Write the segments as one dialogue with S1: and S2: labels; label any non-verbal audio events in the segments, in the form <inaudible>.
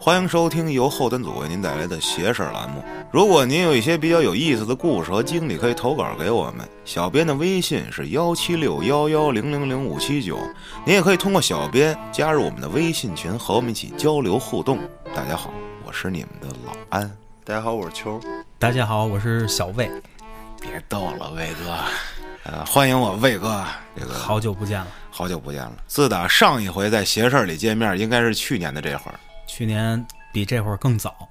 S1: 欢迎收听由后端组为您带来的“邪事儿”栏目。如果您有一些比较有意思的故事和经历，可以投稿给我们。小编的微信是幺七六幺幺零零零五七九，您也可以通过小编加入我们的微信群，和我们一起交流互动。大家好，我是你们的老安。
S2: 大家好，我是秋。
S3: 大家好，我是小魏，
S1: 别逗了，魏哥。呃，欢迎我魏哥。这个
S3: 好久不见了。
S1: 好久不见了，自打上一回在“邪事儿”里见面，应该是去年的这会儿。
S3: 去年比这会儿更早，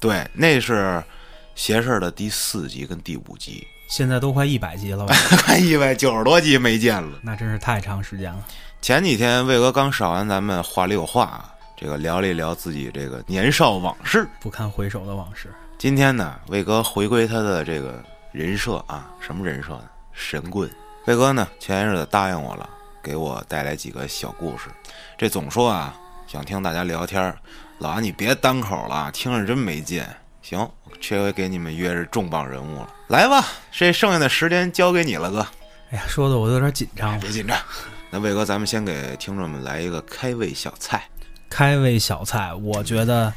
S1: 对，那是邪事儿的第四集跟第五 <laughs> 集，
S3: 现在都快一百集了吧？
S1: 还意外哎九十多集没见了。
S3: 那真是太长时间了。
S1: 前几天魏哥刚上完咱们话里有话啊，这个聊了一聊自己这个年少往事。
S3: 不堪回首的往事，
S1: 今天呢，魏哥回归他的这个人设啊，什么人设呢？神棍。魏哥呢，前些日子答应我了，给我带来几个小故事。这总说啊，想听大家聊天儿，老安你别单口了，听着真没劲。行，这回给你们约是重磅人物了，来吧，这剩下的时间交给你了，哥。
S3: 哎呀，说的我都有点紧张了。
S1: 别紧张。那魏哥，咱们先给听众们来一个开胃小菜。
S3: 开胃小菜，我觉得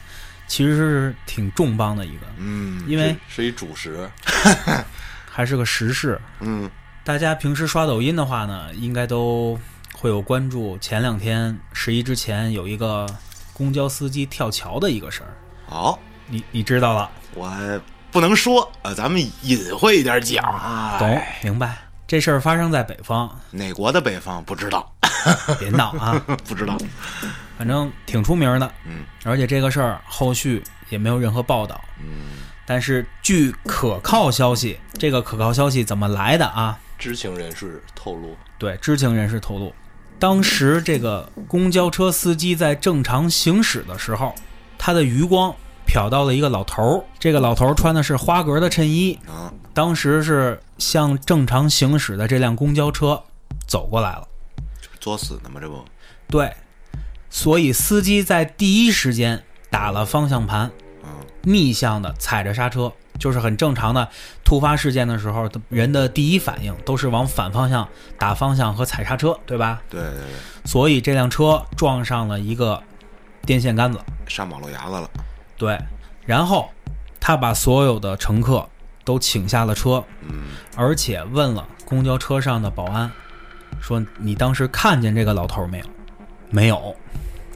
S3: 其实是挺重磅的一个，
S1: 嗯
S3: 因为
S2: 是一主食，
S3: 还是个时事。
S1: 嗯，
S3: 大家平时刷抖音的话呢，应该都会有关注。前两天十一之前有一个公交司机跳桥的一个事儿，
S1: 好、
S3: 你你知道了，
S1: 我不能说啊，咱们隐晦一点讲啊。
S3: 懂明白？这事儿发生在北方，
S1: 哪国的北方不知道？ <laughs>
S3: 别闹啊！
S1: 不知道。
S3: 反正挺出名的，
S1: 嗯，
S3: 而且这个事儿后续也没有任何报道，嗯，但是据可靠消息，这个可靠消息怎么来的啊？
S2: 知情人士透露，
S3: 对，知情人士透露，当时这个公交车司机在正常行驶的时候，他的余光瞟到了一个老头儿，这个老头儿穿的是花格的衬衣，
S1: 啊，
S3: 当时是向正常行驶的这辆公交车走过来了。
S1: 这不作死呢吗？这不，
S3: 对，所以司机在第一时间打了方向盘，
S1: 嗯，
S3: 逆向的踩着刹车，就是很正常的突发事件的时候，人的第一反应都是往反方向打方向和踩刹车，对吧？
S1: 对对对，
S3: 所以这辆车撞上了一个电线杆子，
S1: 上马路牙子了。
S3: 对，然后他把所有的乘客都请下了车，
S1: 嗯，
S3: 而且问了公交车上的保安，说你当时看见这个老头没有？没有。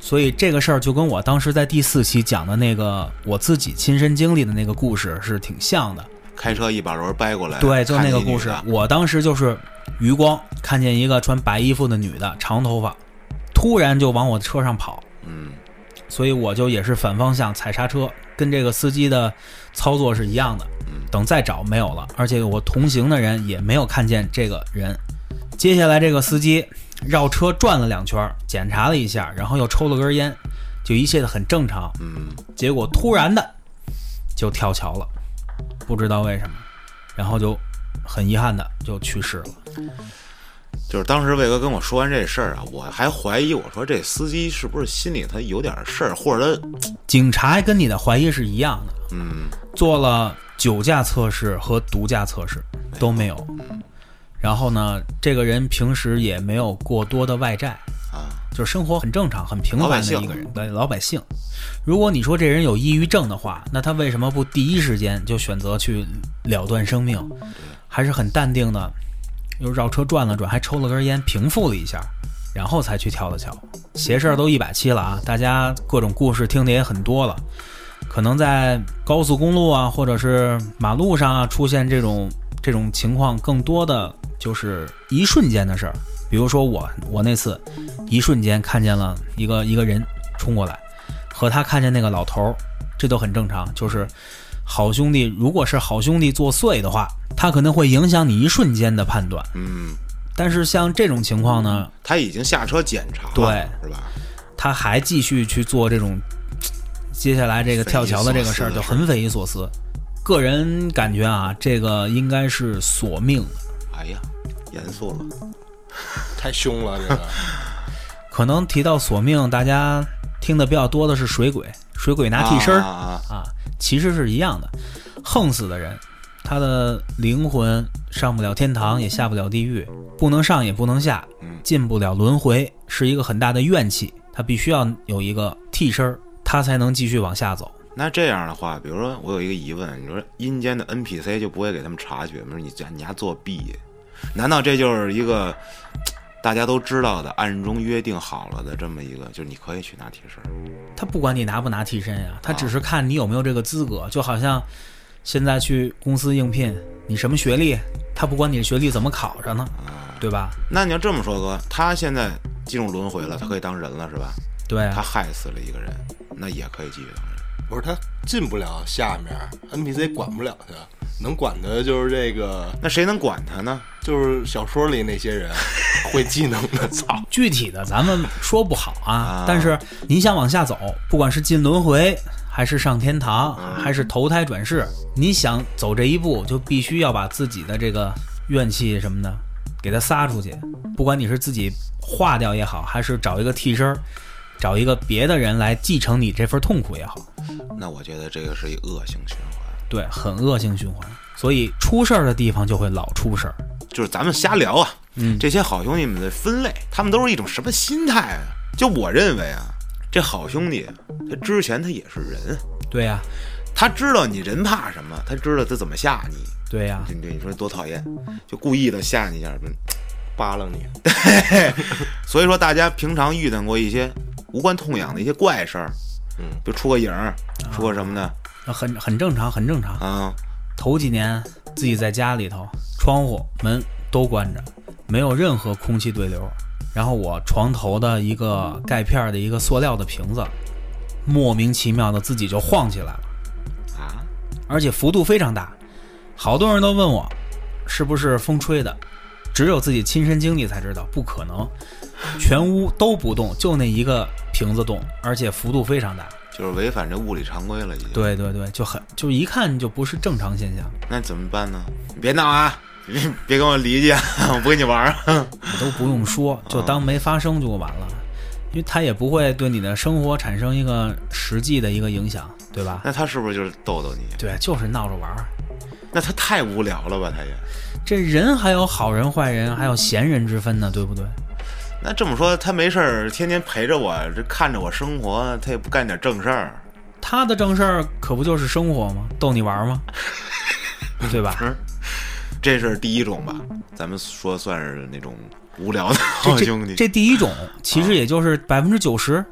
S3: 所以这个事儿就跟我当时在第四期讲的那个我自己亲身经历的那个故事是挺像的。
S1: 开车一把轮掰过来，
S3: 对，就那个
S1: 看见一
S3: 故
S1: 女
S3: 事
S1: 的，
S3: 我当时就是余光看见一个穿白衣服的女的，长头发，突然就往我的车上跑，
S1: 嗯，
S3: 所以我就也是反方向踩刹车，跟这个司机的操作是一样的
S1: 嗯。
S3: 等再找没有了，而且我同行的人也没有看见这个人。接下来这个司机绕车转了两圈，检查了一下，然后又抽了根烟，就一切的很正常。
S1: 嗯，
S3: 结果突然的就跳桥了，不知道为什么，然后就很遗憾的就去世了。
S1: 就是当时魏哥跟我说完这事儿啊，我还怀疑，我说这司机是不是心里他有点事儿，或者他，
S3: 警察跟你的怀疑是一样的，
S1: 嗯，
S3: 做了酒驾测试和毒驾测试都没有。然后呢，这个人平时也没有过多的外债，
S1: 啊，
S3: 就是生活很正常、很平
S1: 老百
S3: 凡的
S1: 姓
S3: 一个人，对老百姓。如果你说这人有抑郁症的话，那他为什么不第一时间就选择去了断生命？还是很淡定的，又绕车转了转，还抽了根烟，平复了一下，然后才去跳的桥。邪事儿都一百期了啊，大家各种故事听的也很多了。可能在高速公路啊，或者是马路上啊，出现这种这种情况，更多的就是一瞬间的事儿。比如说我，我那次一瞬间看见了一个一个人冲过来，和他看见那个老头儿，这都很正常。就是好兄弟，如果是好兄弟作祟的话，他可能会影响你一瞬间的判断。
S1: 嗯，
S3: 但是像这种情况呢，
S1: 他已经下车检查了，
S3: 对
S1: 是吧？
S3: 他还继续去做这种，接下来这个跳桥的这个事儿
S1: 匪夷所思的
S3: 就很匪夷所思。个人感觉啊，这个应该是索命，
S1: 哎呀，严肃了，
S2: 太凶了，这个
S3: 可能提到索命，大家听的比较多的是水鬼，水鬼拿替身儿
S1: 啊啊啊
S3: 啊，其实是一样的。横死的人，他的灵魂上不了天堂，也下不了地狱，不能上也不能下
S1: 嗯，
S3: 进不了轮回，是一个很大的怨气。他必须要有一个替身儿。他才能继续往下走。
S1: 那这样的话，比如说我有一个疑问，你说阴间的 NPC 就不会给他们察觉吗？说你这你还作弊？难道这就是一个大家都知道的暗中约定好了的这么一个，就是你可以去拿替身？
S3: 他不管你拿不拿替身呀、他只是看你有没有这个资格。就好像现在去公司应聘，你什么学历，他不管你的学历怎么考着呢，对吧？
S1: 那你要这么说，哥，他现在进入轮回了，他可以当人了，是吧？
S3: 对
S1: 他
S3: 啊，
S1: 害死了一个人，那也可以继续当人。
S2: 不是他进不了下面，NPC 管不了他，能管的就是这个，
S1: 那谁能管他呢？
S2: 就是小说里那些人 <laughs> 会技能的，操！
S3: 具体的咱们说不好啊。但是您想往下走，不管是进轮回，还是上天堂，还是投胎转世，你想走这一步，就必须要把自己的这个怨气什么的给它撒出去。不管你是自己化掉也好，还是找一个替身儿，找一个别的人来继承你这份痛苦也好。
S1: 那我觉得这个是一恶性循环，
S3: 对，很恶性循环。所以出事儿的地方就会老出事儿。
S1: 就是咱们瞎聊啊。嗯，这些好兄弟们的分类，他们都是一种什么心态啊？就我认为啊，这好兄弟他之前他也是人，
S3: 对呀、
S1: 他知道你人怕什么，他知道他怎么吓你。
S3: 对呀、
S1: 对对，你说多讨厌，就故意的吓你一下。嗯
S2: 扒
S1: <laughs>
S2: 拉你，
S1: 所以说，大家平常遇见过一些无关痛痒的一些怪事儿，
S2: 嗯，
S1: 比如出个影儿，出个什么的
S3: 那很很正常，很正常。
S1: 啊、
S3: 头几年自己在家里头，窗户门都关着，没有任何空气对流。然后我床头的一个钙片儿的一个塑料的瓶子，莫名其妙的自己就晃起来了，
S1: 啊，
S3: 而且幅度非常大。好多人都问我，是不是风吹的？只有自己亲身经历才知道，不可能。全屋都不动，就那一个瓶子动，而且幅度非常大。
S1: 就是违反这物理常规了已经。，
S3: 对对对，就很就一看就不是正常现象。
S1: 那怎么办呢？你别闹啊！ <laughs> 别别跟我离去啊！ <laughs> 我不跟你玩儿啊！ <laughs>
S3: 你都不用说，就当没发生就完了，因为它也不会对你的生活产生一个实际的一个影响，对吧？
S1: 那他是不是就是逗逗你？
S3: 对，就是闹着玩儿。
S1: 那他太无聊了吧？他也……
S3: 这人还有好人坏人，还有闲人之分呢，对不对？
S1: 那这么说，他没事儿天天陪着我，这看着我生活，他也不干点正事儿。
S3: 他的正事儿可不就是生活吗？逗你
S1: <laughs>
S3: 玩儿吗？对吧？
S1: 这是第一种吧？咱们说算是那种无聊的 <laughs>
S3: 这
S1: 好兄
S3: 这
S1: 弟
S3: 这第一种其实也就是百分之九十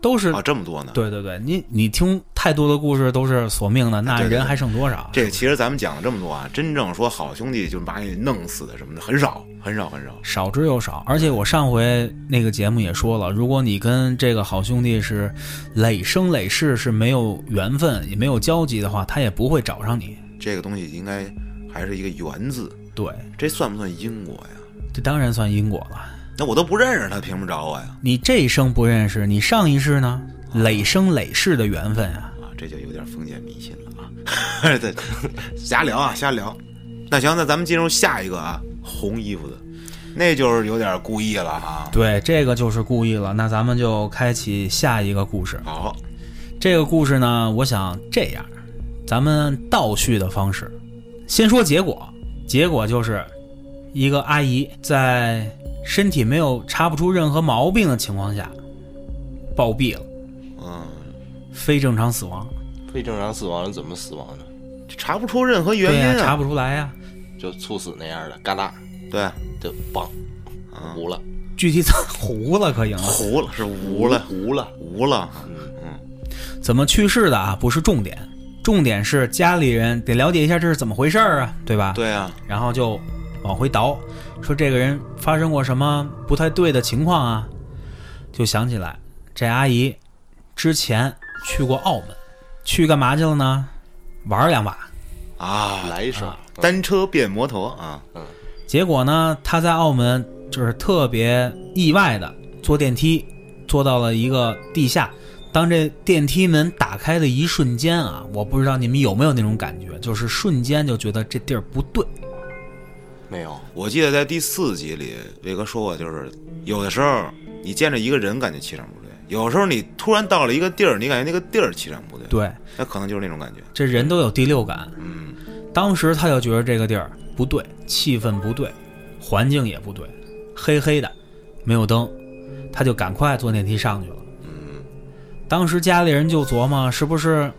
S3: 都是
S1: 啊，这么多呢？
S3: 对对对，你你听太多的故事都是索命的，那
S1: 啊对对对
S3: 人还剩多少？啊
S1: 这其实咱们讲了这么多啊，真正说好兄弟就把你弄死的什么的很少，很少，很少。
S3: 少之又少。而且我上回那个节目也说了，如果你跟这个好兄弟是累生累世是没有缘分也没有交集的话，他也不会找上你。
S1: 这个东西应该还是一个缘字，
S3: 对，
S1: 这算不算因果呀？
S3: 这当然算因果了。
S1: 那我都不认识他，凭什么找我呀？
S3: 你这一生不认识，你上一世呢，累生累世的缘分啊。
S1: 啊，这就有点封建迷信了啊！ <laughs> 对，瞎聊啊，瞎聊。那行，那咱们进入下一个啊，红衣服的，那就是有点故意了啊。
S3: 对，这个就是故意了。那咱们就开启下一个故事。
S1: 好，
S3: 这个故事呢，我想这样，咱们倒叙的方式，先说结果。结果就是，一个阿姨在身体没有查不出任何毛病的情况下，暴毙了，
S1: 嗯，
S3: 非正常死亡。
S2: 非正常死亡人怎么死亡的？
S1: 查不出任何原
S3: 对呀、
S1: 因
S3: 查
S1: 啊。
S3: 不出来呀、
S2: 就猝死那样的，嘎啦
S1: 对，
S2: 就棒，糊了，
S3: 具体怎么 <laughs> 糊了可行了？
S1: 糊了是糊了，
S2: 糊了，
S1: 糊了。
S3: 怎么去世的啊？不是重点，重点是家里人得了解一下这是怎么回事儿啊，对吧？
S1: 对啊，
S3: 然后就往回倒，说这个人发生过什么不太对的情况啊，就想起来这阿姨之前去过澳门，去干嘛去了呢？玩两把。
S1: 啊，
S2: 来一声，嗯
S1: 单车变摩托啊，
S3: 结果呢，她在澳门就是特别意外的坐电梯，坐到了一个地下。当这电梯门打开的一瞬间啊，我不知道你们有没有那种感觉，就是瞬间就觉得这地儿不对。
S2: 嗯没有，
S1: 我记得在第四集里，伟哥说过，就是有的时候你见着一个人感觉气场不对，有时候你突然到了一个地儿，你感觉那个地儿气场不对，
S3: 对，
S1: 那可能就是那种感觉。
S3: 这人都有第六感。嗯，当时他就觉得这个地儿不对，气氛不对，环境也不对，黑黑的，没有灯，他就赶快坐电梯上去了。嗯，当时家里人就琢磨，是不是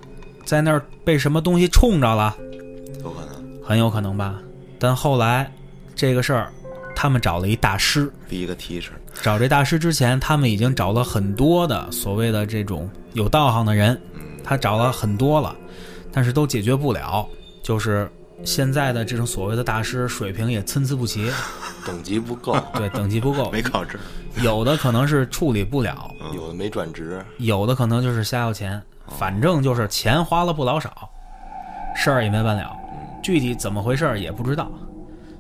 S3: 在那儿被什么东西冲着了？
S1: 有可能
S3: 很有可能吧。但后来这个事儿，他们找了一大师。
S1: 第一个 teacher
S3: 找这大师之前，他们已经找了很多的所谓的这种有道行的人，他找了很多了，但是都解决不了。就是现在的这种所谓的大师水平也参差不齐，
S2: 等级不
S1: 嗯
S2: 够，
S3: 对，等级不够，
S1: 没考证，
S3: 有的可能是处理不了，
S1: 嗯
S2: 有的没转职，
S3: 有的可能就是瞎要钱，反正就是钱花了不老少，事儿也没办了，具体怎么回事儿也不知道。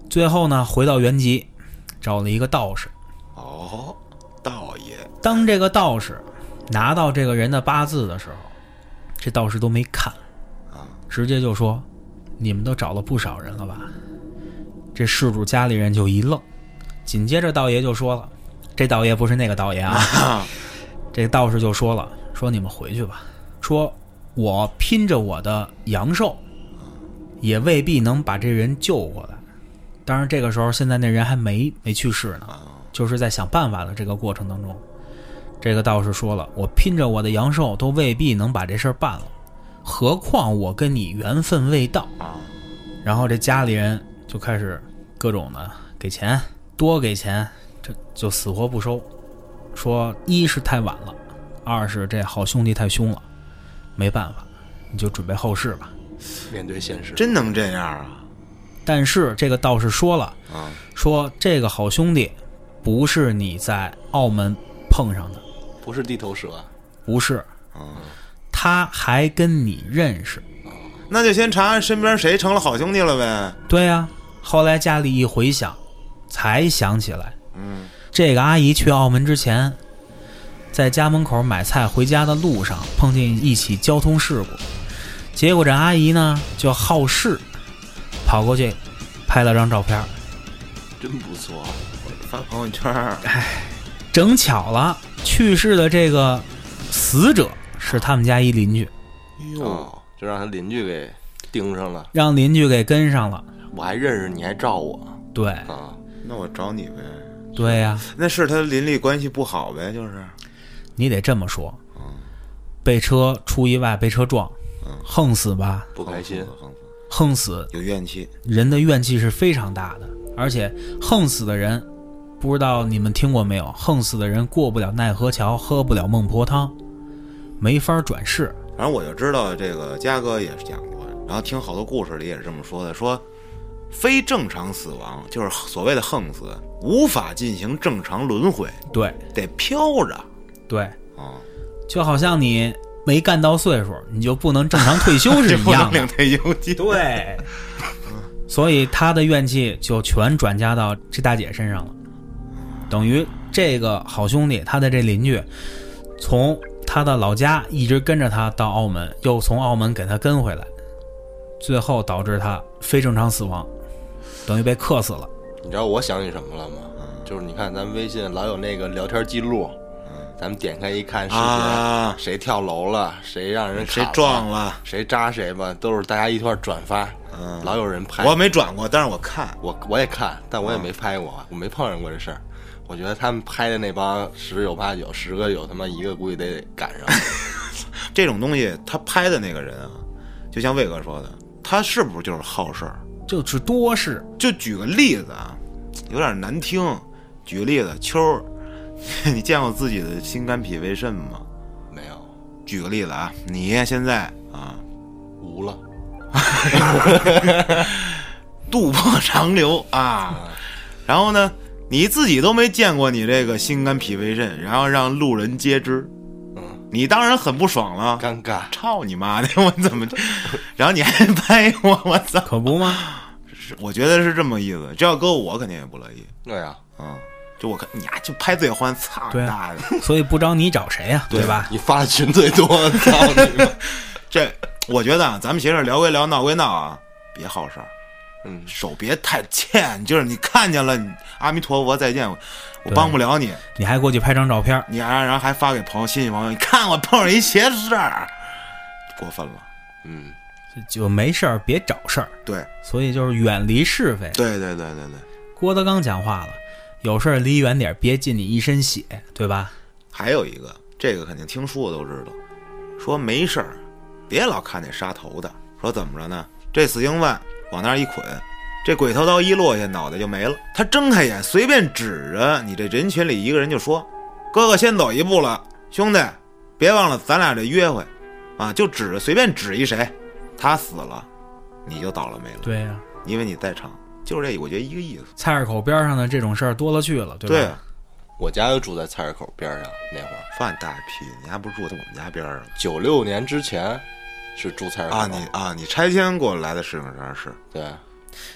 S3: 最后呢，回到原籍，找了一个道士。
S1: 哦，道爷
S3: 当这个道士拿到这个人的八字的时候，这道士都没看，直接就说：“你们都找了不少人了吧？”这事主家里人就一愣，紧接着道爷就说了：“这道爷不是那个道爷啊！”这道士就说了：“说你们回去吧，说我拼着我的阳寿，也未必能把这人救过来。当然，这个时候现在那人还没没去世呢，就是在想办法的这个过程当中。”这个道士说了：“我拼着我的阳寿，都未必能把这事儿办了，何况我跟你缘分未到。”
S1: 啊，
S3: 然后这家里人就开始各种的给钱，多给钱，这就死活不收，说一是太晚了，二是这好兄弟太凶了，没办法，你就准备后事吧。
S2: 面对现实，
S1: 真能这样啊？
S3: 但是这个道士说了，
S1: 啊，
S3: 说这个好兄弟不是你在澳门碰上的，
S2: 不是地头蛇，
S3: 不是
S1: 啊，
S3: 他还跟你认识。
S1: 那就先查身边谁成了好兄弟了呗。
S3: 对呀、后来家里一回想，才想起来，
S1: 嗯，
S3: 这个阿姨去澳门之前，在家门口买菜回家的路上碰见一起交通事故，结果这阿姨呢就好事，跑过去拍了张照片儿。
S2: 真不错，
S1: 发朋友圈儿，
S3: 整巧了，去世的这个死者是他们家一邻居，
S2: 哦，就让他邻居给盯上了。
S3: 让邻居给跟上了。
S2: 我还认识你，还照我
S3: 对
S2: 啊，
S1: 那我找你呗。
S3: 对啊呀、
S1: 那是他邻里关系不好呗，就是
S3: 你得这么说，
S1: 嗯
S3: 被车出意外被车撞，横死吧，
S2: 不开心，
S1: 横死
S3: 横死
S1: 有怨气。
S3: 人的怨气是非常大的，而且横死的人，不知道你们听过没有？横死的人过不了奈何桥，喝不了孟婆汤，没法转世。
S1: 反正我就知道这个嘉哥也是讲过，然后听好多故事里也是这么说的，说非正常死亡就是所谓的横死，无法进行正常轮回，
S3: 对
S1: 得飘着
S3: 对，
S1: 啊，
S3: 就好像你没干到岁数，你就不能正常退休
S1: <laughs>
S3: 是
S1: 这
S3: 一
S1: 不能
S3: 样的
S1: 领。退休 <laughs> 金。
S3: <laughs> 对，所以他的怨气就全转嫁到这大姐身上了，等于这个好兄弟，他的这邻居，从他的老家一直跟着他到澳门，又从澳门给他跟回来，最后导致他非正常死亡，等于被克死了。
S2: 你知道我想起什么了
S1: 嗯
S2: 吗？就是你看咱们微信老有那个聊天记录，咱们点开一看
S1: 嗯
S2: 视
S1: 啊
S2: 频，谁跳楼了，谁让人
S1: 谁
S2: 砍了
S1: 撞，了？
S2: 谁扎谁吧，都是大家一块儿转发，老有人拍。
S1: 嗯我嗯没转过，但是我看
S2: 我我也看，但我也没拍过，我没碰上过这事儿。我觉得他们拍的那帮十有八九，十个有他妈一个估计得赶上。 <laughs>
S1: 这种东西，他拍的那个人啊，就像魏哥说的，他是不是就是好事儿？
S3: 就是多事，
S1: 就举个例子啊，有点难听。举个例子，秋儿， <laughs> 你见过自己的心肝脾胃肾吗？
S2: 没有，
S1: 举个例子啊，你现在啊，
S2: 无了，
S1: 肚破长流啊，然后呢，你自己都没见过你这个心肝脾胃肾，然后让路人皆知，
S2: 嗯，
S1: 你当然很不爽了。
S2: 尴尬。
S1: 操你妈的！我怎么？然后你还拍我，我操！
S3: 可不吗？
S1: 是我觉得是这么意思。这要搁我，肯定也不乐意
S2: 对呀、
S1: 啊、就我看你呀、就拍最欢，操
S3: 对
S1: 你
S3: 啊
S1: 大爷！
S3: <laughs> 所以不找你找谁呀、对吧？
S2: 你发的群最多，操你妈！
S1: 这我觉得啊，咱们闲事聊归聊，闹归闹啊，别好事儿，
S2: 嗯，
S1: 手别太欠。就是你看见了，你阿弥陀佛再见，我我
S3: 对
S1: 帮不了你。
S3: 你还过去拍张照片，
S1: 你啊，然后还发给朋友、亲戚朋友，你看我碰上一邪事儿，过分了。
S2: 嗯，
S3: 就没事儿别找事儿。
S1: 对，
S3: 所以就是远离是非，
S1: 对对对对对，
S3: 郭德纲讲话了，有事儿离远点儿，别进你一身血，对吧？
S1: 还有一个，这个肯定听说的都知道，说没事儿，别老看那杀头的。说怎么着呢？这死刑犯往那儿一捆，这鬼头刀一落下，脑袋就没了。他睁开眼，随便指着你这人群里一个人就说：“哥哥先走一步了，兄弟，别忘了咱俩这约会。”啊，就指着随便指一谁，他死了，你就倒了霉了，
S3: 对呀、
S1: 因为你在场，就是这，我觉得一个意思。
S3: 菜市口边上的这种事儿多了去了，对吧？
S1: 对啊，
S2: 我家就住在菜市口边上，那会儿
S1: 放你大爷屁！你还不是住在我们家边儿上吗
S2: 九六年之前是住菜市口
S1: 啊？你啊，你拆迁过来的石景山是
S2: 对，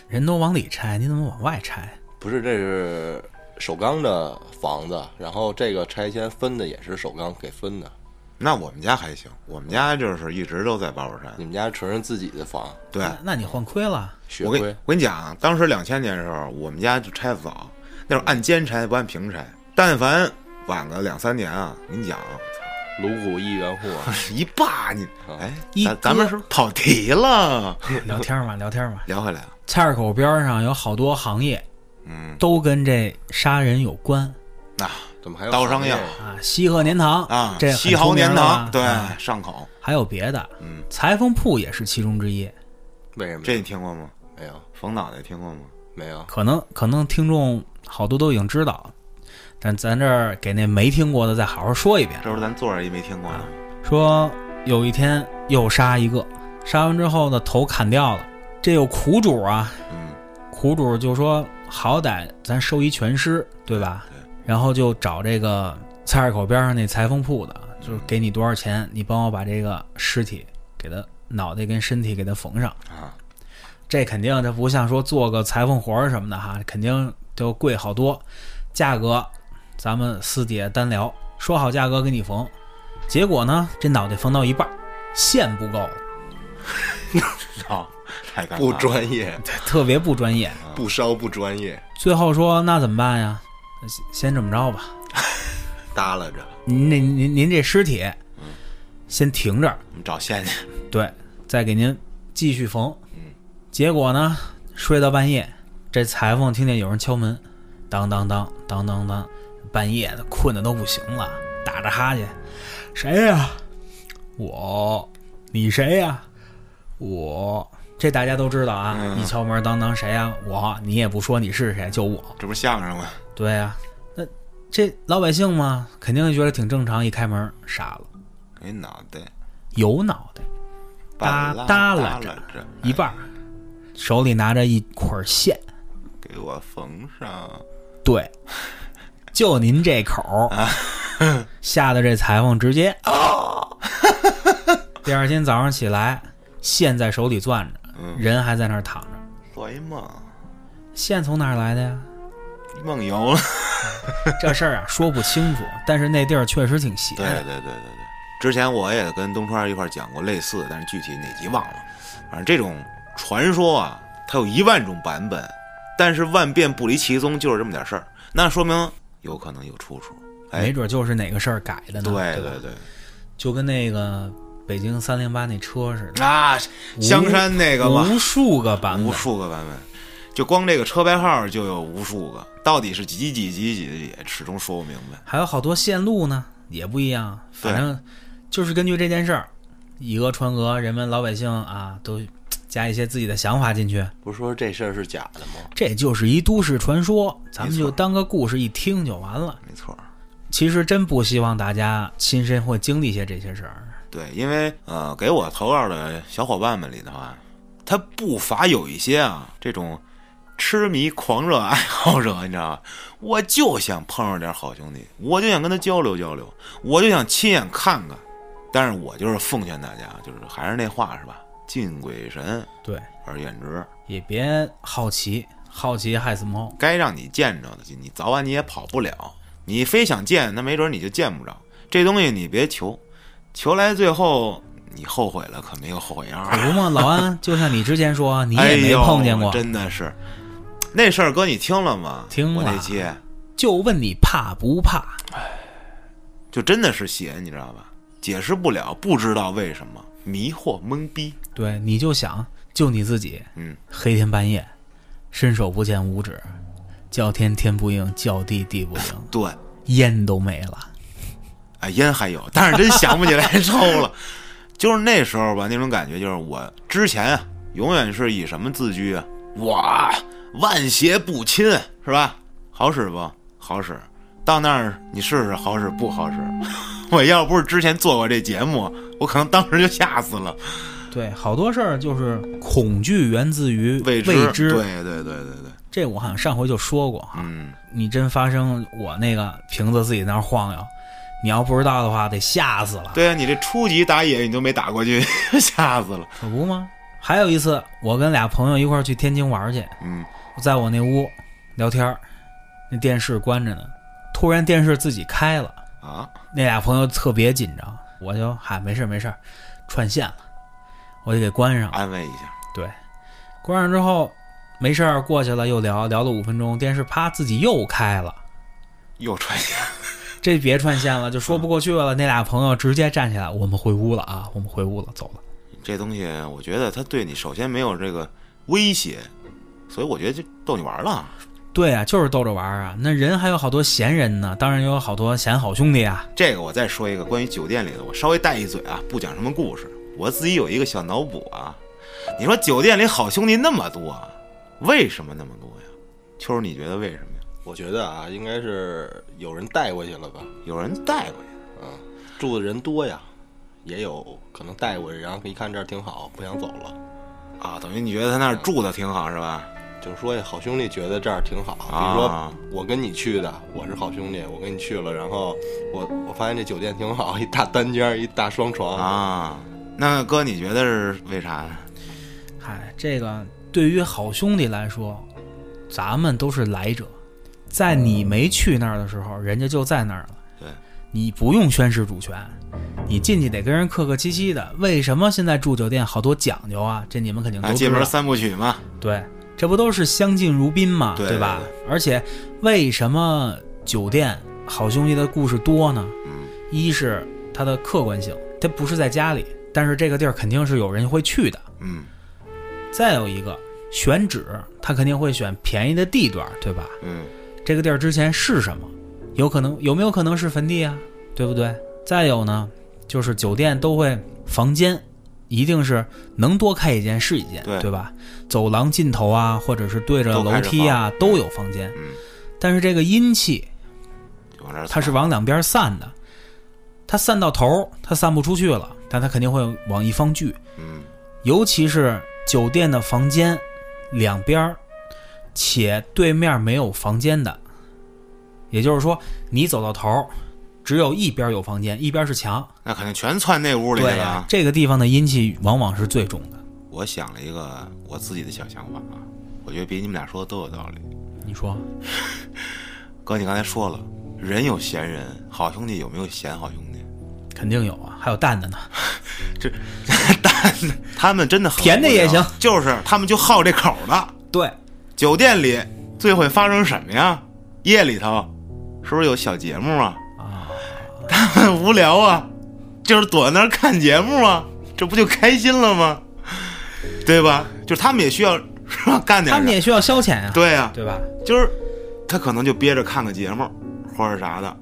S3: 人都往里拆，你怎么往外拆？
S2: 不是这是首钢的房子，然后这个拆迁分的也是首钢给分的。
S1: 那我们家还行，我们家就是一直都在八宝山。
S2: 你们家纯是自己的房，
S1: 对，
S3: 那那你换亏了。
S1: <laughs>
S2: 学
S1: 我跟
S2: 规
S1: 我跟你讲，当时两千年的时候，我们家就拆的早，那时候按间拆不按平拆，但凡晚个两三年啊，您讲
S2: 颅骨一元户 <laughs> 啊，
S1: 一霸你
S2: 啊
S1: 哎，
S3: 一
S1: 咱咱们
S3: 哥
S1: 是不是跑题了？
S3: 聊天嘛，聊天嘛。
S1: 聊回来啊，
S3: 菜市口边上有好多行业，嗯，都跟这杀人有关
S1: 那
S2: 怎么还有
S1: 刀伤药
S3: 啊。西鹤年堂
S1: 啊，
S3: 这很
S1: 西豪
S3: 出名
S1: 年
S3: 了吧
S1: 堂对
S3: 啊
S1: 上口，
S3: 还有别的，
S1: 嗯，
S3: 裁缝铺也是其中之一。
S2: 为什么
S1: 这你听过吗？
S2: 没有
S1: 冯脑袋听过吗？
S2: 没有
S3: 可能可能听众好多都已经知道，但咱这儿给那没听过的再好好说一遍。
S1: 这不是咱坐着一没听过呢吗？
S3: 说有一天又杀一个，杀完之后呢头砍掉了，这有苦主啊，
S1: 嗯，
S3: 苦主就说好歹咱收一全尸，对吧？然后就找这个菜市口边上那裁缝铺的，就是给你多少钱，你帮我把这个尸体给他脑袋跟身体给他缝上
S1: 啊。
S3: 这肯定这不像说做个裁缝活儿什么的哈，肯定就贵好多。价格咱们私底下单聊，说好价格给你缝。结果呢，这脑袋缝到一半儿，线不够了，
S1: 操， <laughs> 太尴尬了
S2: 不专业，
S3: 特别不专业。
S2: 不烧不专业，
S3: 最后说那怎么办呀？那先先这么着吧，
S2: 耷拉着
S3: 您那您您这尸体，先停这儿，
S1: 我们找线去。
S3: 对，再给您继续缝。结果呢，睡到半夜，这裁缝听见有人敲门，当当当当当当，半夜的困的都不行了，打着哈欠，谁呀、我，你谁呀、我。这大家都知道啊，一敲门，当当谁呀、我，你也不说你是谁，就我。
S1: 这不是相声吗？
S3: 对呀、那这老百姓嘛，肯定觉得挺正常。一开门，傻了，
S1: 给脑袋
S3: 有脑袋
S1: 耷
S3: 耷
S1: 拉
S3: 耷
S1: 拉
S3: 拉
S1: 着
S3: 着，一半儿，
S1: 哎
S3: 手里拿着一捆线。
S1: 给我缝上。
S3: 对，就您这口儿，
S1: 啊 <laughs>
S3: 吓得这裁缝直接。
S1: 哦
S3: <laughs> 第二天早上起来，线在手里攥着，
S1: 嗯
S3: 人还在那儿躺着。
S1: 做一梦，
S3: 线从哪儿来的
S1: <laughs>
S3: 呀？
S1: 梦游了。
S3: 这事儿啊说不清楚，但是那地儿确实挺邪
S1: 对
S3: 的。
S1: 对对对对，之前我也跟东川一块儿讲过类似的，但是具体哪集忘了。反正这种传说啊，它有一万种版本，但是万变不离其宗，就是这么点事儿。那说明有可能有出处。
S3: 没
S1: 哎，
S3: 准就是哪个事儿改的呢？
S1: 对
S3: 对吧
S1: 对对，
S3: 就跟那个北京三零八那车似的，
S1: 那啊香山那个嘛，
S3: 无数个版
S1: 无
S3: 本，
S1: 数个版本，就光这个车牌号就有无数个，到底是几几几几几，也始终说不明白。
S3: 还有好多线路呢，也不一样。
S1: 对
S3: 反正就是根据这件事儿，以讹传讹，人们老百姓啊都嘖加一些自己的想法进去，
S2: 不是说这事儿是假的吗？
S3: 这就是一都市传说，咱们
S1: 没错
S3: 就当个故事一听就完了。
S1: 没错儿。
S3: 其实真不希望大家亲身会经历一些这些事儿。
S1: 对，因为呃，给我投稿的小伙伴们里的话，他不乏有一些啊这种痴迷狂热爱好者，你知道吧？我就想碰上点好兄弟，我就想跟他交流交流，我就想亲眼看看。但是我就是奉劝大家，就是还是那话是吧？敬鬼神
S3: 对，
S1: 而远之，
S3: 也别好奇，好奇害死猫。
S1: 该让你见着的，你早晚你也跑不了。你非想见，那没准你就见不着。这东西你别求，求来最后你后悔了，可没有后悔药啊。
S3: 可不嘛，老安，就像你之前说，你
S1: 哎
S3: 也没
S1: 呦
S3: 碰见过，
S1: 真的是。那事儿哥，你听了吗？
S3: 听
S1: 我那
S3: 了
S1: 期
S3: 就问你怕不怕？
S1: 就真的是邪，你知道吧？解释不了，不知道为什么，迷惑懵逼。
S3: 对，你就想就你自己，
S1: 嗯，
S3: 黑天半夜，伸手不见五指，叫天天不应，叫地地不灵，
S1: 对，
S3: 烟都没了。
S1: 啊，烟还有，但是真想不起来 <laughs> 抽了。就是那时候吧，那种感觉就是我之前啊，永远是以什么自居啊？哇，万邪不侵是吧？好使不好使？到那儿你试试好使不好使？ <laughs> 我要不是之前做过这节目，我可能当时就吓死了。
S3: 对，好多事儿就是恐惧源自于
S1: 未
S3: 知，
S1: 对对对对对，
S3: 这我好像上回就说过哈。
S1: 嗯，
S3: 你真发生我那个瓶子自己在那儿晃悠，你要不知道的话得吓死了，
S1: 对啊，你这初级打野你都没打过去， <laughs> 吓死了。
S3: 可不吗？还有一次，我跟俩朋友一块儿去天津玩儿去，
S1: 嗯，
S3: 我在我那屋聊天儿，那电视关着呢，突然电视自己开了，
S1: 啊，
S3: 那俩朋友特别紧张，我就嗨没事儿没事儿，串线了，我就给关上了。
S1: 安慰一下，
S3: 对，关上之后没事儿过去了，又聊聊了五分钟，电视啪自己又开了，
S1: 又传线，
S3: 这别串线了，就说不过去了。那俩朋友直接站起来，我们回屋了啊，我们回屋了，走了。
S1: 这东西我觉得它对你首先没有这个威胁，所以我觉得就逗你玩儿了。
S3: 对啊，就是逗着玩儿啊。那人还有好多闲人呢，当然也有好多闲好兄弟啊。
S1: 这个我再说一个关于酒店里的，我稍微带一嘴啊，不讲什么故事，我自己有一个小脑补啊。你说酒店里好兄弟那么多，为什么那么多呀？秋儿，你觉得为什么呀？
S2: 我觉得啊，应该是有人带过去了吧，
S1: 有人带过去，
S2: 住的人多呀，也有可能带过去，然后一看这儿挺好，不想走了。
S1: 啊，等于你觉得他那儿住的挺好是吧？
S2: 就是说呀，好兄弟觉得这儿挺好，比如
S1: 啊
S2: 说我跟你去的，我是好兄弟，我跟你去了，然后我我发现这酒店挺好，一 <laughs> 大单间儿，一大双
S3: 哦
S2: 床，
S1: 啊，那哥你觉得是为啥呢？
S3: 嗨，这个对于好兄弟来说，咱们都是来者，在你没去那儿的时候，人家就在那儿了。
S1: 对，
S3: 你不用宣誓主权，你进去得跟人客客气气的。为什么现在住酒店好多讲究啊？这你们肯定都
S1: 啊，
S3: 知
S1: 进
S3: 道。
S1: 门三部曲嘛，
S3: 对，这不都是相敬如宾嘛，
S1: 对
S3: 吧
S1: 对？
S3: 而且为什么酒店好兄弟的故事多呢？
S1: 嗯，
S3: 一是它的客观性，它不是在家里，但是这个地儿肯定是有人会去的。
S1: 嗯
S3: 再有一个选址，他肯定会选便宜的地段，对吧？
S1: 嗯，
S3: 这个地儿之前是什么？有可能有没有可能是坟地啊？对不对？再有呢，就是酒店都会房间，一定是能多开一间是一间，
S1: 对
S3: 吧？走廊尽头啊，或者是对着
S1: 都开着
S3: 楼梯啊，
S1: 房
S3: 都有房间。
S1: 嗯
S3: 但是这个阴气
S1: 就往这儿
S3: 它是往两边散的，它散到头儿，它散不出去了，但它肯定会往一方聚。
S1: 嗯
S3: 尤其是酒店的房间两边儿，且对面没有房间的，也就是说，你走到头儿，只有一边儿有房间，一边儿是墙。
S1: 那肯定全窜那屋里去
S3: 对
S1: 了
S3: 呀
S1: 啊。，
S3: 这个地方的阴气往往是最重的。
S1: 我想了一个我自己的小想法啊，我觉得比你们俩说的都有道理。
S3: 你说
S1: 哥，你刚才说了，人有闲人，好兄弟有没有闲好兄
S3: <laughs>
S1: 弟？
S3: 肯定有啊，还有蛋蛋呢。
S1: 他们真的很
S3: 甜的
S1: 无聊
S3: 也行，
S1: 就是他们就好这口的。
S3: 对，
S1: 酒店里最会发生什么呀？夜里头是不是有小节目啊？
S3: 啊，
S1: 很无聊啊，就是躲那儿看节目啊，这不就开心了吗？对吧？就是他们也需要是吧干点
S3: 他
S1: 啥
S3: 们也需要消遣呀、
S1: 对啊，
S3: 对吧？
S1: 就是他可能就憋着看个节目或者啥的，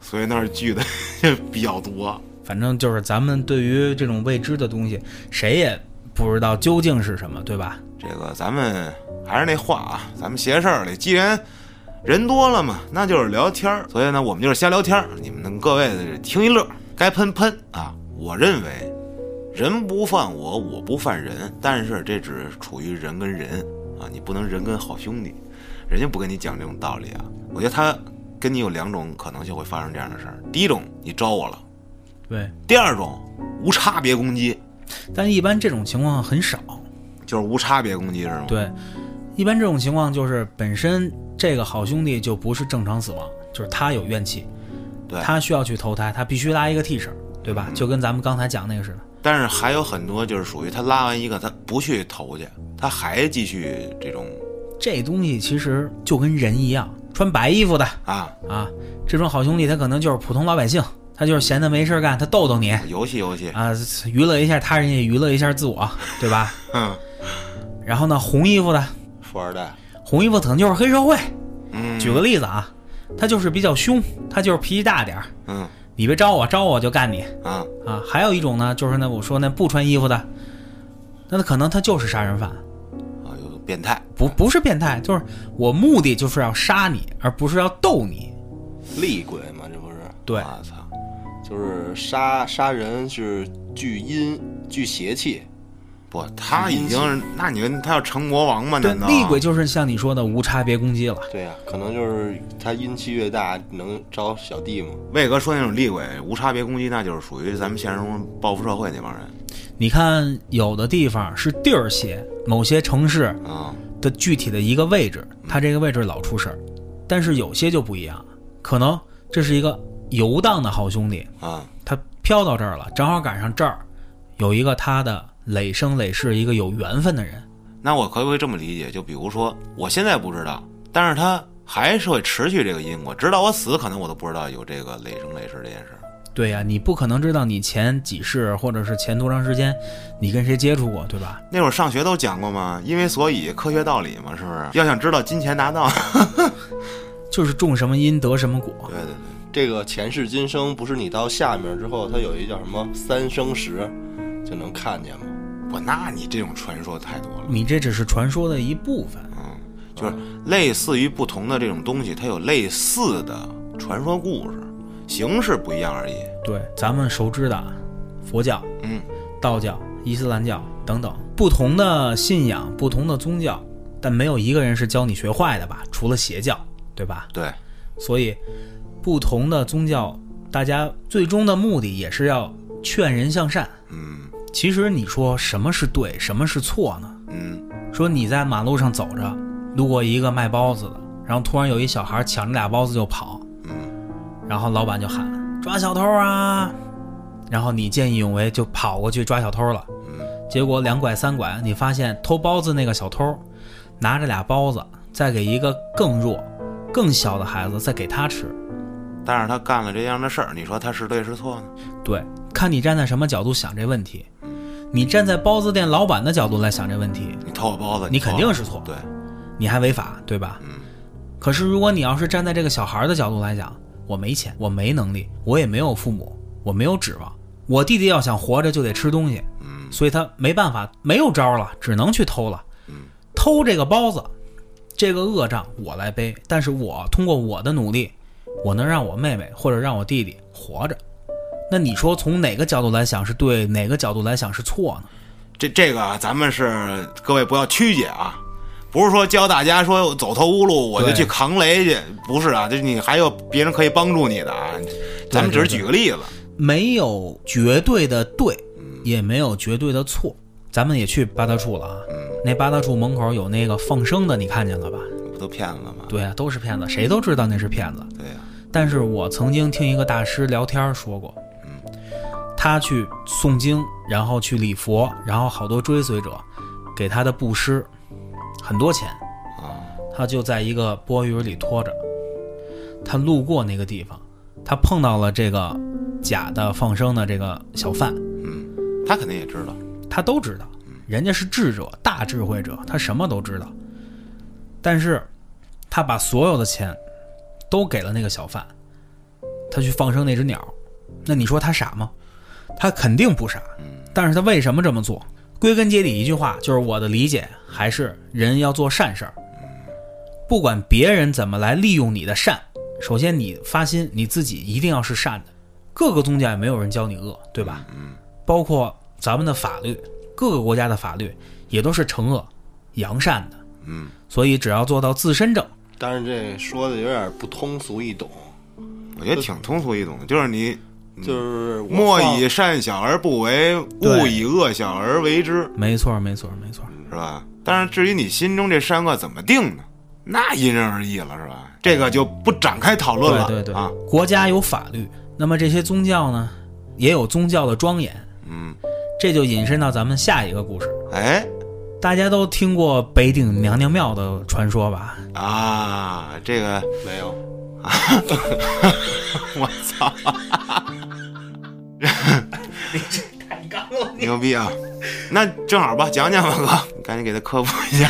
S1: 所以那儿聚的 <laughs> 就比较多。
S3: 反正就是咱们对于这种未知的东西，谁也不知道究竟是什么，对吧？
S1: 这个咱们还是那话啊，咱们邪事儿里，既然人多了嘛，那就是聊天儿，所以呢，我们就是瞎聊天儿，你们各位的听一乐，该喷喷啊。我认为，人不犯我，我不犯人，但是这只处于人跟人啊，你不能人跟好兄弟，人家不跟你讲这种道理啊。我觉得他跟你有两种可能性会发生这样的事儿：第一种，你招我了；
S3: 对，
S1: 第二种，无差别攻击，
S3: 但一般这种情况很少。
S1: 就是无差别攻击是吗？
S3: 对，一般这种情况就是本身这个好兄弟就不是正常死亡，就是他有怨气，
S1: 对嗯
S3: 他需要去投胎，他必须拉一个替身，对吧？就跟咱们刚才讲那个似的。
S1: 但是还有很多就是属于他拉完一个，他不去投去，他还继续这种
S3: 这东西其实就跟人一样，穿白衣服的
S1: 啊
S3: 啊，这种好兄弟他可能就是普通老百姓，他就是闲的没事儿干，他逗逗你
S1: 游戏游戏，
S3: 啊，娱乐一下他人，也娱乐一下自
S1: <laughs>
S3: 我，对吧？
S1: 嗯
S3: 然后呢，红衣服的，
S2: 富二代，
S3: 红衣服可能就是黑社会。
S1: 嗯
S3: 举个例子啊，他就是比较凶，他就是脾气大点儿。
S1: 嗯，
S3: 你别招我，招我就干你
S1: 啊，
S3: 啊！还有一种呢，就是那我说那不穿衣服的，那他可能他就是杀人犯，
S1: 啊，有变态，
S3: 不不是变态，就是我目的就是要杀你，而不是要逗你。
S2: 厉鬼嘛，这不是，
S3: 对，
S1: 我啊操，
S2: 就是杀杀人是聚阴聚邪气，
S1: 不，他已经是，那你跟他要成魔王吗？
S3: 对
S1: 难，道
S3: 厉鬼就是像你说的无差别攻击了。
S2: 对呀、可能就是他阴气越大，能招小弟嘛。
S1: 魏哥说那种厉鬼无差别攻击，那就是属于咱们现实中报复社会那帮人
S3: 你看，有的地方是地儿邪，某些城市
S1: 啊、
S3: 的具体的一个位置，它这个位置老出事儿，但是有些就不一样，可能这是一个游荡的好兄弟，
S1: 啊！
S3: 他飘到这儿了，正好赶上这儿有一个他的累生累世一个有缘分的人，
S1: 那我可不可以这么理解？就比如说，我现在不知道，但是他还是会持续这个因果，直到我死，可能我都不知道有这个累生累世这件事儿。
S3: 对呀、你不可能知道你前几世或者是前多长时间你跟谁接触过，对吧？
S1: 那会儿上学都讲过嘛，因为所以科学道理嘛，是不是？要想知道金钱大道，
S3: 就是种什么因得什么果，
S1: <laughs> 对对对，
S2: 这个前世今生不是你到下面之后，它有一叫什么三生石，就能看见吗？
S1: 我那你这种传说太多了。
S3: 你这只是传说的一部分。
S1: 就是类似于不同的这种东西，它有类似的传说故事，形式不一样而已。
S3: 对，咱们熟知的佛教、
S1: 嗯，
S3: 道教、伊斯兰教等等不同的信仰、不同的宗教，但没有一个人是教你学坏的吧？除了邪教，对吧？
S1: 对，
S3: 所以，不同的宗教，大家最终的目的也是要劝人向善。
S1: 嗯
S3: 其实你说什么是对，什么是错呢？
S1: 嗯，
S3: 说你在马路上走着，路过一个卖包子的，然后突然有一小孩抢着俩包子就跑，
S1: 嗯，
S3: 然后老板就喊抓小偷啊，然后你见义勇为就跑过去抓小偷了，
S1: 嗯，
S3: 结果两拐三拐，你发现偷包子那个小偷拿着俩包子，再给一个更弱、更小的孩子再给他吃，
S1: 但是他干了这样的事儿，你说他是对是错呢？
S3: 对，看你站在什么角度想这问题。你站在包子店老板的角度来想这问题，
S1: 你偷我包子，
S3: 你肯定
S1: 是
S3: 是错，
S1: 对，
S3: 你还违法，对吧？
S1: 嗯
S3: 可是如果你要是站在这个小孩的角度来讲，我没钱，我没能力，我也没有父母，我没有指望，我弟弟要想活着就得吃东西，
S1: 嗯
S3: 所以他没办法，没有招了，只能去偷了。
S1: 嗯，
S3: 偷这个包子，这个恶账我来背，但是我通过我的努力，我能让我妹妹或者让我弟弟活着。那你说从哪个角度来想是对，哪个角度来想是错呢？
S1: 这这个啊咱们是各位不要曲解啊。不是说教大家说走投无路我就
S3: 对
S1: 去扛雷去，不是啊，就是你还有别人可以帮助你的啊。咱们只是
S3: 对对
S1: 举个例子，
S3: 没有绝对的对，也没有绝对的错。咱们也去八大处了啊，那八大处门口有那个放生的，你看见了吧？
S1: 不都骗子吗？
S3: 对啊，都是骗子，谁都知道那是骗子。
S1: 对呀、
S3: 但是我曾经听一个大师聊天说过，他去诵经，然后去礼佛，然后好多追随者给他的布施很多钱，
S1: 啊，
S3: 他就在一个钵盂里拖着，他路过那个地方，他碰到了这个假的放生的这个小贩，
S1: 嗯，他肯定也知道，
S3: 他都知道，人家是智者、大智慧者，他什么都知道。但是，他把所有的钱都给了那个小贩，他去放生那只鸟。那你说他傻吗？他肯定不傻。但是他为什么这么做？归根结底一句话，就是我的理解还是人要做善事儿，不管别人怎么来利用你的善，首先你发心你自己一定要是善的。各个宗教也没有人教你恶，对吧？包括咱们的法律，各个国家的法律也都是惩恶扬善的。
S1: 嗯，
S3: 所以只要做到自身正，
S2: 但是这说的有点不通俗易懂，
S1: 我觉得挺通俗易懂的，就是你
S2: 就是我
S1: 莫
S2: 放
S1: 以善小而不为，
S3: 对
S1: 勿以恶小而为之，
S3: 没错，没错，没错。
S1: 是吧？但是至于你心中这善恶怎么定呢？那因人而异了，是吧？这个就不展开讨论了。
S3: 对对对、
S1: 啊，
S3: 国家有法律，那么这些宗教呢，也有宗教的庄严。
S1: 嗯，
S3: 这就引申到咱们下一个故事。
S1: 哎
S3: 大家都听过北顶娘娘庙的传说吧？
S1: 啊，这个
S2: 没有，
S1: 我操， <laughs> 牛逼啊！那正好吧，讲讲吧，哥，你赶紧给他科普一下。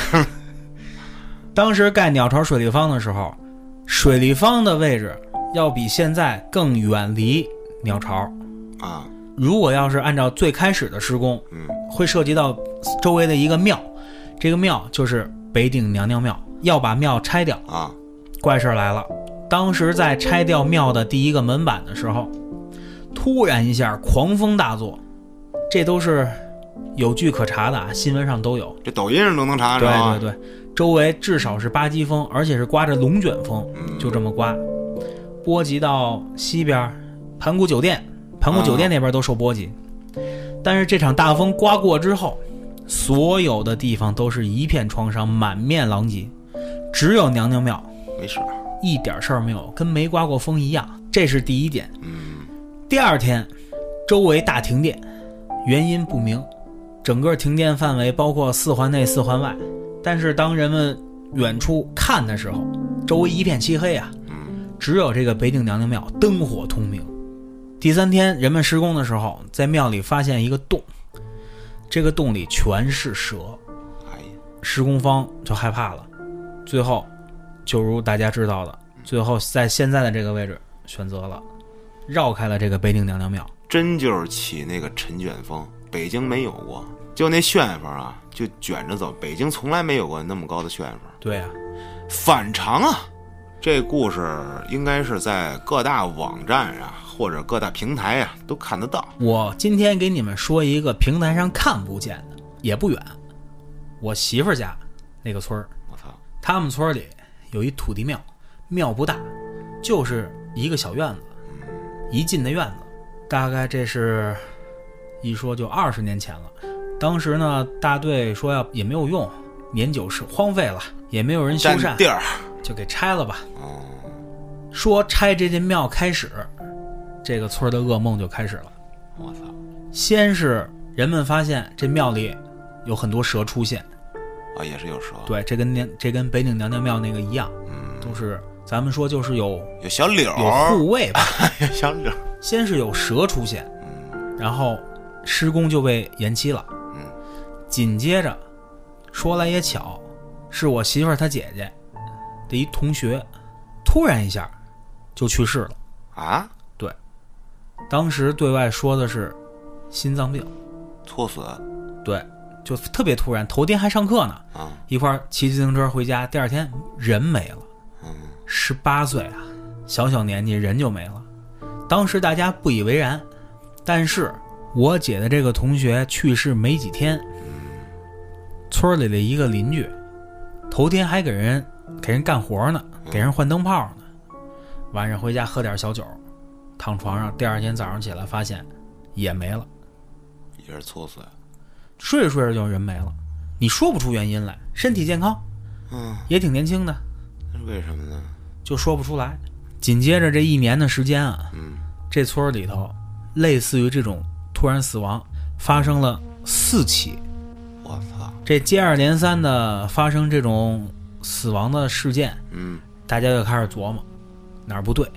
S3: 当时盖鸟巢水立方的时候，水立方的位置要比现在更远离鸟巢。
S2: 啊，
S3: 如果要是按照最开始的施工，
S1: 嗯，
S3: 会涉及到周围的一个庙，这个庙就是北顶娘娘庙，要把庙拆掉。
S1: 啊，
S3: 怪事儿来了，当时在拆掉庙的第一个门板的时候，突然一下狂风大作，这都是有据可查的啊，新闻上都有。
S1: 这抖音上都能查着啊
S3: 对对对，周围至少是八级风，而且是刮着龙卷风，
S1: 嗯
S3: 就这么刮，波及到西边儿盘古酒店，盘古酒店那边都受波及。但是这场大风刮过之后，所有的地方都是一片创伤，满面狼藉，只有娘娘庙
S1: 没事儿。
S3: 一点事儿没有，跟没刮过风一样。这是第一点。
S1: 嗯，
S3: 第二天，周围大停电，原因不明，整个停电范围包括四环内、四环外。但是当人们远处看的时候，周围一片漆黑啊，只有这个北顶娘娘庙灯火通明。第三天，人们施工的时候，在庙里发现一个洞，这个洞里全是蛇，
S1: 哎呀，
S3: 施工方就害怕了，最后就如大家知道的，最后在现在的这个位置选择了绕开了这个北顶娘娘庙。
S1: 真就是起那个陈卷风，北京没有过，就那旋风啊，就卷着走。北京从来没有过那么高的旋风，
S3: 对啊，
S1: 反常啊！这故事应该是在各大网站啊，或者各大平台啊都看得到。
S3: 我今天给你们说一个平台上看不见的，也不远，我媳妇儿家那个村儿，
S1: 我操，
S3: 他们村儿里有一土地庙，庙不大，就是一个小院子，一进那院子，大概这是一说就二十年前了。当时呢，大队说要也没有用，年久失荒废了，也没有人修
S1: 占
S3: 缮
S1: 地，儿，
S3: 就给拆了吧。
S1: 哦，
S3: 说拆这间庙开始，这个村儿的噩梦就开始了。
S1: 我操，
S3: 先是人们发现这庙里有很多蛇出现，
S1: 啊，也是有蛇，
S3: 对，这跟娘这跟北顶娘娘庙那个一样，都是咱们说就是有
S1: 有小柳儿，
S3: 有护卫吧。
S1: <laughs> 有小柳儿，
S3: 先是有蛇出现，然后施工就被延期了。
S1: 嗯，
S3: 紧接着，说来也巧，是我媳妇儿她姐姐的一同学，突然一下就去世了。
S1: 啊，
S3: 当时对外说的是心脏病，
S1: 猝死
S3: 对，就特别突然。头天还上课呢，
S1: 啊，
S3: 一块儿骑自行车回家，第二天人没了。
S1: 嗯，
S3: 十八岁啊，小小年纪人就没了。当时大家不以为然，但是我姐的这个同学去世没几天，村里的一个邻居，头天还给人给人干活呢，给人换灯泡呢，晚上回家喝点小酒，躺床上，第二天早上起来发现也没了，
S1: 也是猝死，
S3: 睡着睡着就人没了，你说不出原因来，身体健康，
S1: 嗯，
S3: 也挺年轻的，
S1: 那是为什么呢？
S3: 就说不出来。紧接着这一年的时间啊，
S1: 嗯，
S3: 这村儿里头类似于这种突然死亡发生了四起，
S1: 我操，
S3: 这接二连三的发生这种死亡的事件，
S1: 嗯，
S3: 大家就开始琢磨哪儿不对，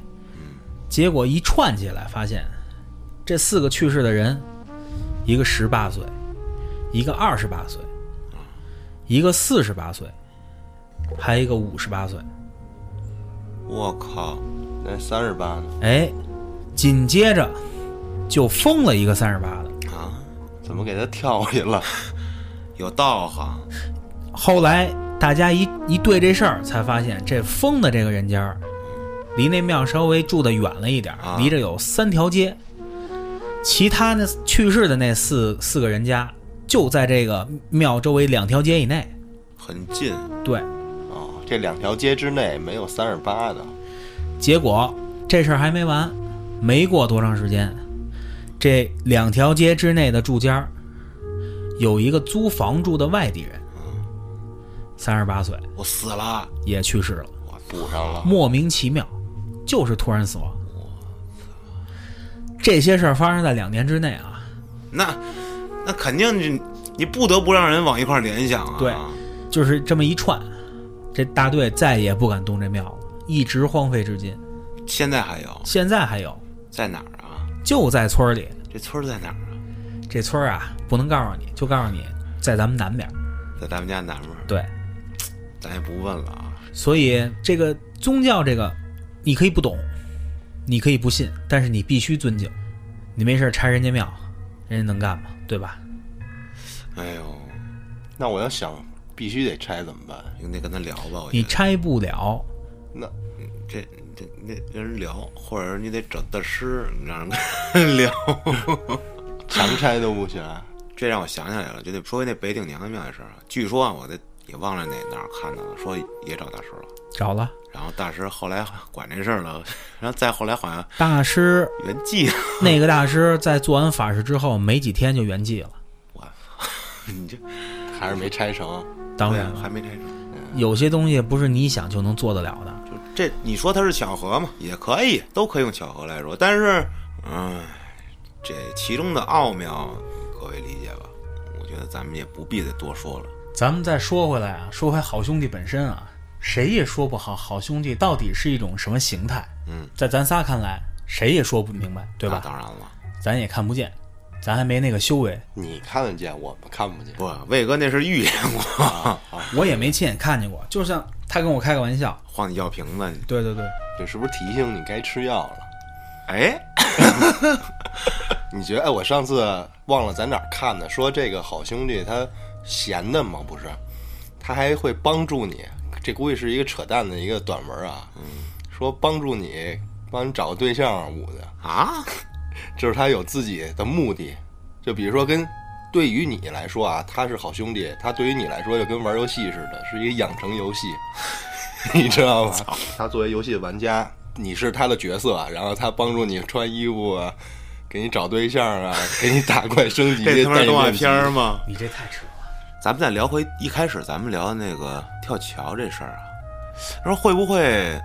S3: 结果一串起来发现，这四个去世的人，一个十八岁，一个二十八岁，一个四十八岁，还有一个五十八岁。
S1: 我靠，
S2: 那三十八呢？
S3: 哎，紧接着就封了一个三十八的。
S1: 啊，
S2: 怎么给他跳过去了？
S1: 有道行，
S3: 后来大家一一对这事儿，才发现这封的这个人家儿，离那庙稍微住的远了一点儿，
S1: 啊
S3: 离着有三条街。其他那去世的那四四个人家，就在这个庙周围两条街以内。
S1: 很近，
S3: 对，
S2: <laughs> 哦，这两条街之内没有三十八的，
S3: 结果这事儿还没完，没过多长时间，这两条街之内的住家儿有一个租房住的外地人，三十八岁
S1: 我死了，
S3: 也去世了，
S1: 我操
S2: 补上了。
S3: 莫名其妙，就是突然死亡。这些事儿发生在两年之内啊，
S1: 那那肯定你你不得不让人往一块儿联想啊，
S3: 对就是这么一串，这大队再也不敢动这庙了，一直荒废至今。
S1: 现在还有
S3: 现在还有，
S1: 在哪儿啊？
S3: 就在村儿里，
S1: 这村儿在哪儿啊？
S3: 这村儿啊不能告诉你，就告诉你在咱们南边儿。
S1: 在咱们家南边儿，
S3: 对，
S1: 咱也不问了啊。
S3: 所以这个宗教这个，你可以不懂，你可以不信，但是你必须尊敬。你没事儿拆人家庙，人家能干吗？对吧？
S1: 哎呦，
S2: 那我要想必须得拆怎么办？
S1: 你得跟他聊吧，我觉
S3: 你
S1: 得
S3: 拆不了，
S2: 那
S1: 这这那跟人聊，或者你得找大师，你让人跟人聊。
S2: 强拆都不行。啊
S1: 这让我想起来了，就那说回那北顶娘娘庙的事儿啊，据说啊，我在也忘了哪哪儿看到了，说也找大师了，
S3: 找了
S1: 然后大师后来管这事儿了，然后再后来好像
S3: 大师，
S1: 圆寂了。
S3: 那个大师在做完法事之后没几天就圆寂了。
S1: 我操， <laughs> 你这
S2: 还是没拆成，
S3: 当
S1: 对
S3: 然
S1: 啊，
S3: 了，
S1: 还没拆成，
S3: 有些东西不是你想就能做得了的。
S1: 就这你说它是巧合吗？也可以，都可以用巧合来说，但是，嗯，这其中的奥妙，各位理解吧？我觉得咱们也不必再多说了。
S3: 咱们再说回来啊，说回好兄弟本身啊，谁也说不好好兄弟到底是一种什么形态。
S1: 嗯，
S3: 在咱仨看来，谁也说不明白，对
S1: 那
S3: 吧？
S1: 当然了，
S3: 咱也看不见，咱还没那个修为，
S2: 你看得见，我们看不见。
S1: 不，魏哥那是遇见过， <laughs>
S3: 我也没亲眼看见过。就像他跟我开个玩笑，
S1: 晃你药瓶子，
S3: 对对对，
S2: 这是不是提醒你该吃药了？
S1: 哎，
S2: 你觉得？哎，我上次忘了咱哪儿看的，说这个好兄弟他闲的吗？不是，他还会帮助你。这估计是一个扯淡的一个短文啊。说帮助你，帮你找个对象捂的，
S3: <laughs>
S1: 啊，
S2: 就是他有自己的目的。就比如说跟。对于你来说啊，他是好兄弟，他对于你来说就跟玩游戏似的，是一个养成游戏， <laughs> 你知道吗？他作为游戏玩家，你是他的角色啊，然后他帮助你穿衣服啊，给你找对象
S1: <laughs>
S2: 啊，给你打怪升级，
S1: 这他妈
S2: 带
S1: 是
S2: 你
S1: 动画
S2: 练级
S1: 片儿吗？
S3: 你这太扯了。
S1: 咱们再聊回一开始咱们聊的那个跳桥这事儿啊，说会不会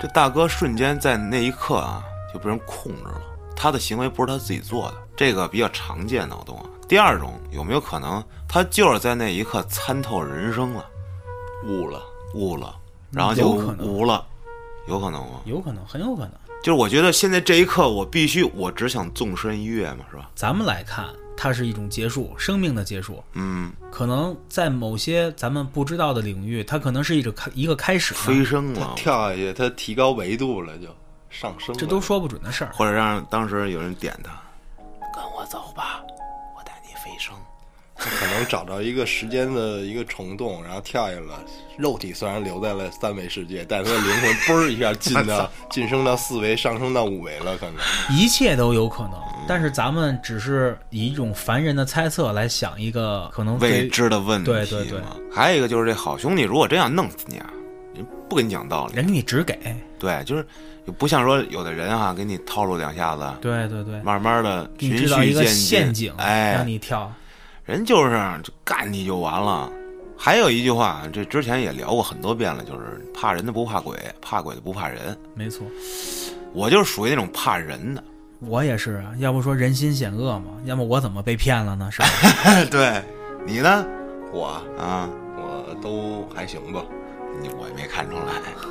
S1: 这大哥瞬间在那一刻啊就被人控制了？他的行为不是他自己做的，这个比较常见脑洞啊。第二种有没有可能他就是在那一刻参透人生了，
S2: 悟了。
S1: 悟了，然后就
S3: 有可能
S1: 无了，有可能吗？
S3: 有可能，很有可能。
S1: 就是我觉得现在这一刻我必须，我只想纵身一跃嘛，是吧？
S3: 咱们来看，它是一种结束，生命的结束。
S1: 嗯，
S3: 可能在某些咱们不知道的领域，它可能是一个开一个开始呢，
S1: 飞升了，
S2: 跳下去，他提高维度了就，上升了。
S3: 这都说不准的事儿。
S1: 或者让当时有人点他，跟我走吧，我带你飞升。
S2: 他可能找着一个时间的一个虫洞，然后跳下了。肉体虽然留在了三维世界，但是他的灵魂嘣儿一下进到晋升到四维，上升到五维了，可能。
S3: 一切都有可能，
S1: 嗯
S3: 但是咱们只是以一种凡人的猜测来想一个可能
S1: 未
S3: 最
S1: 知的问题嘛。
S3: 对对对
S1: 还有一个就是这好兄弟，如果真想弄死你啊，人不跟你讲道理。
S3: 人给你只给，
S1: 对，就是不像说有的人啊哈、给你套路两下子，
S3: 对对对，
S1: 慢慢的
S3: 给
S1: 循
S3: 你
S1: 序
S3: 制造一个
S1: 渐进。
S3: 陷阱，
S1: 哎
S3: 让，你跳。
S1: 人就是就干你就完了。还有一句话，这之前也聊过很多遍了，就是怕人的不怕鬼，怕鬼的不怕人。
S3: 没错，
S1: 我就是属于那种怕人的，
S3: 我也是啊，要不说人心险恶嘛，要么我怎么被骗了呢？
S1: <laughs>
S3: 是吧？
S1: 对你呢？
S2: 我
S1: 啊，
S2: 我都还行吧，
S1: 你我也没看出来，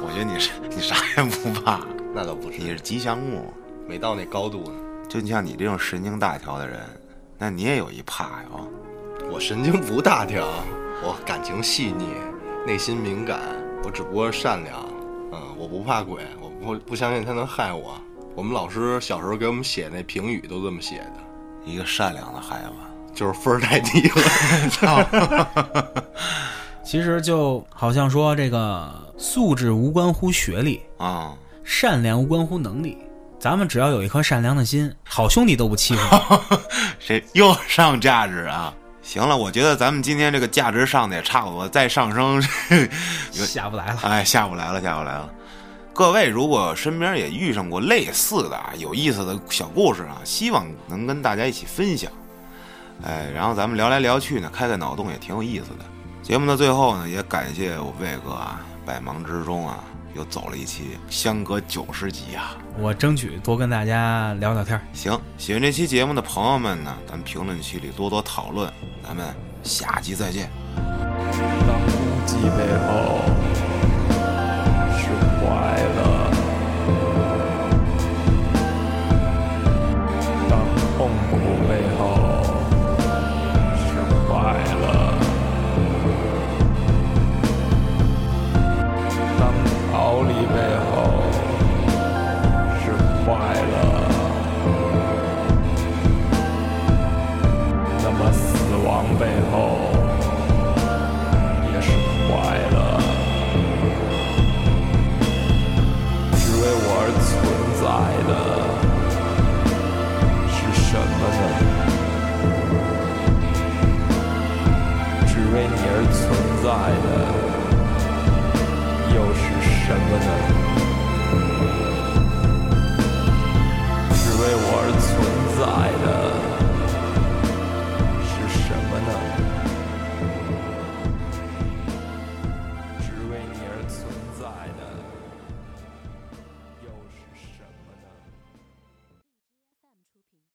S1: 我觉得你是你啥也不怕，
S2: 那倒不
S1: 你
S2: 是
S1: 是，吉祥物。
S2: 没到那高度呢。
S1: 就你像你这种神经大条的人，那你也有一怕呀。
S2: 我神经不大条，我感情细腻，内心敏感，我只不过是善良。嗯，我不怕鬼，我不不相信他能害我。我们老师小时候给我们写那评语都这么写的。
S1: 一个善良的孩子，
S2: 就是分儿太低了。
S3: 其实就好像说这个素质无关乎学历，
S1: 啊、
S3: 善良无关乎能力。咱们只要有一颗善良的心，好兄弟都不欺负
S1: 谁又上价值啊？行了，我觉得咱们今天这个价值上的也差不多，再上升，
S3: 你，下不来了。
S1: <laughs> 哎，下不来了，下不来了。各位，如果身边也遇上过类似的啊有意思的小故事啊，希望能跟大家一起分享。哎，然后咱们聊来聊去呢，开开脑洞也挺有意思的。节目的最后呢，也感谢我魏哥啊，百忙之中啊又走了一期，相隔九十集啊。
S3: 我争取多跟大家聊聊天儿。
S1: 行，喜欢这期节目的朋友们呢，咱们评论区里多多讨论，咱们下期再见。
S4: 当孤寂背后是快乐，当痛苦背后是快乐，当逃离背后是快在的。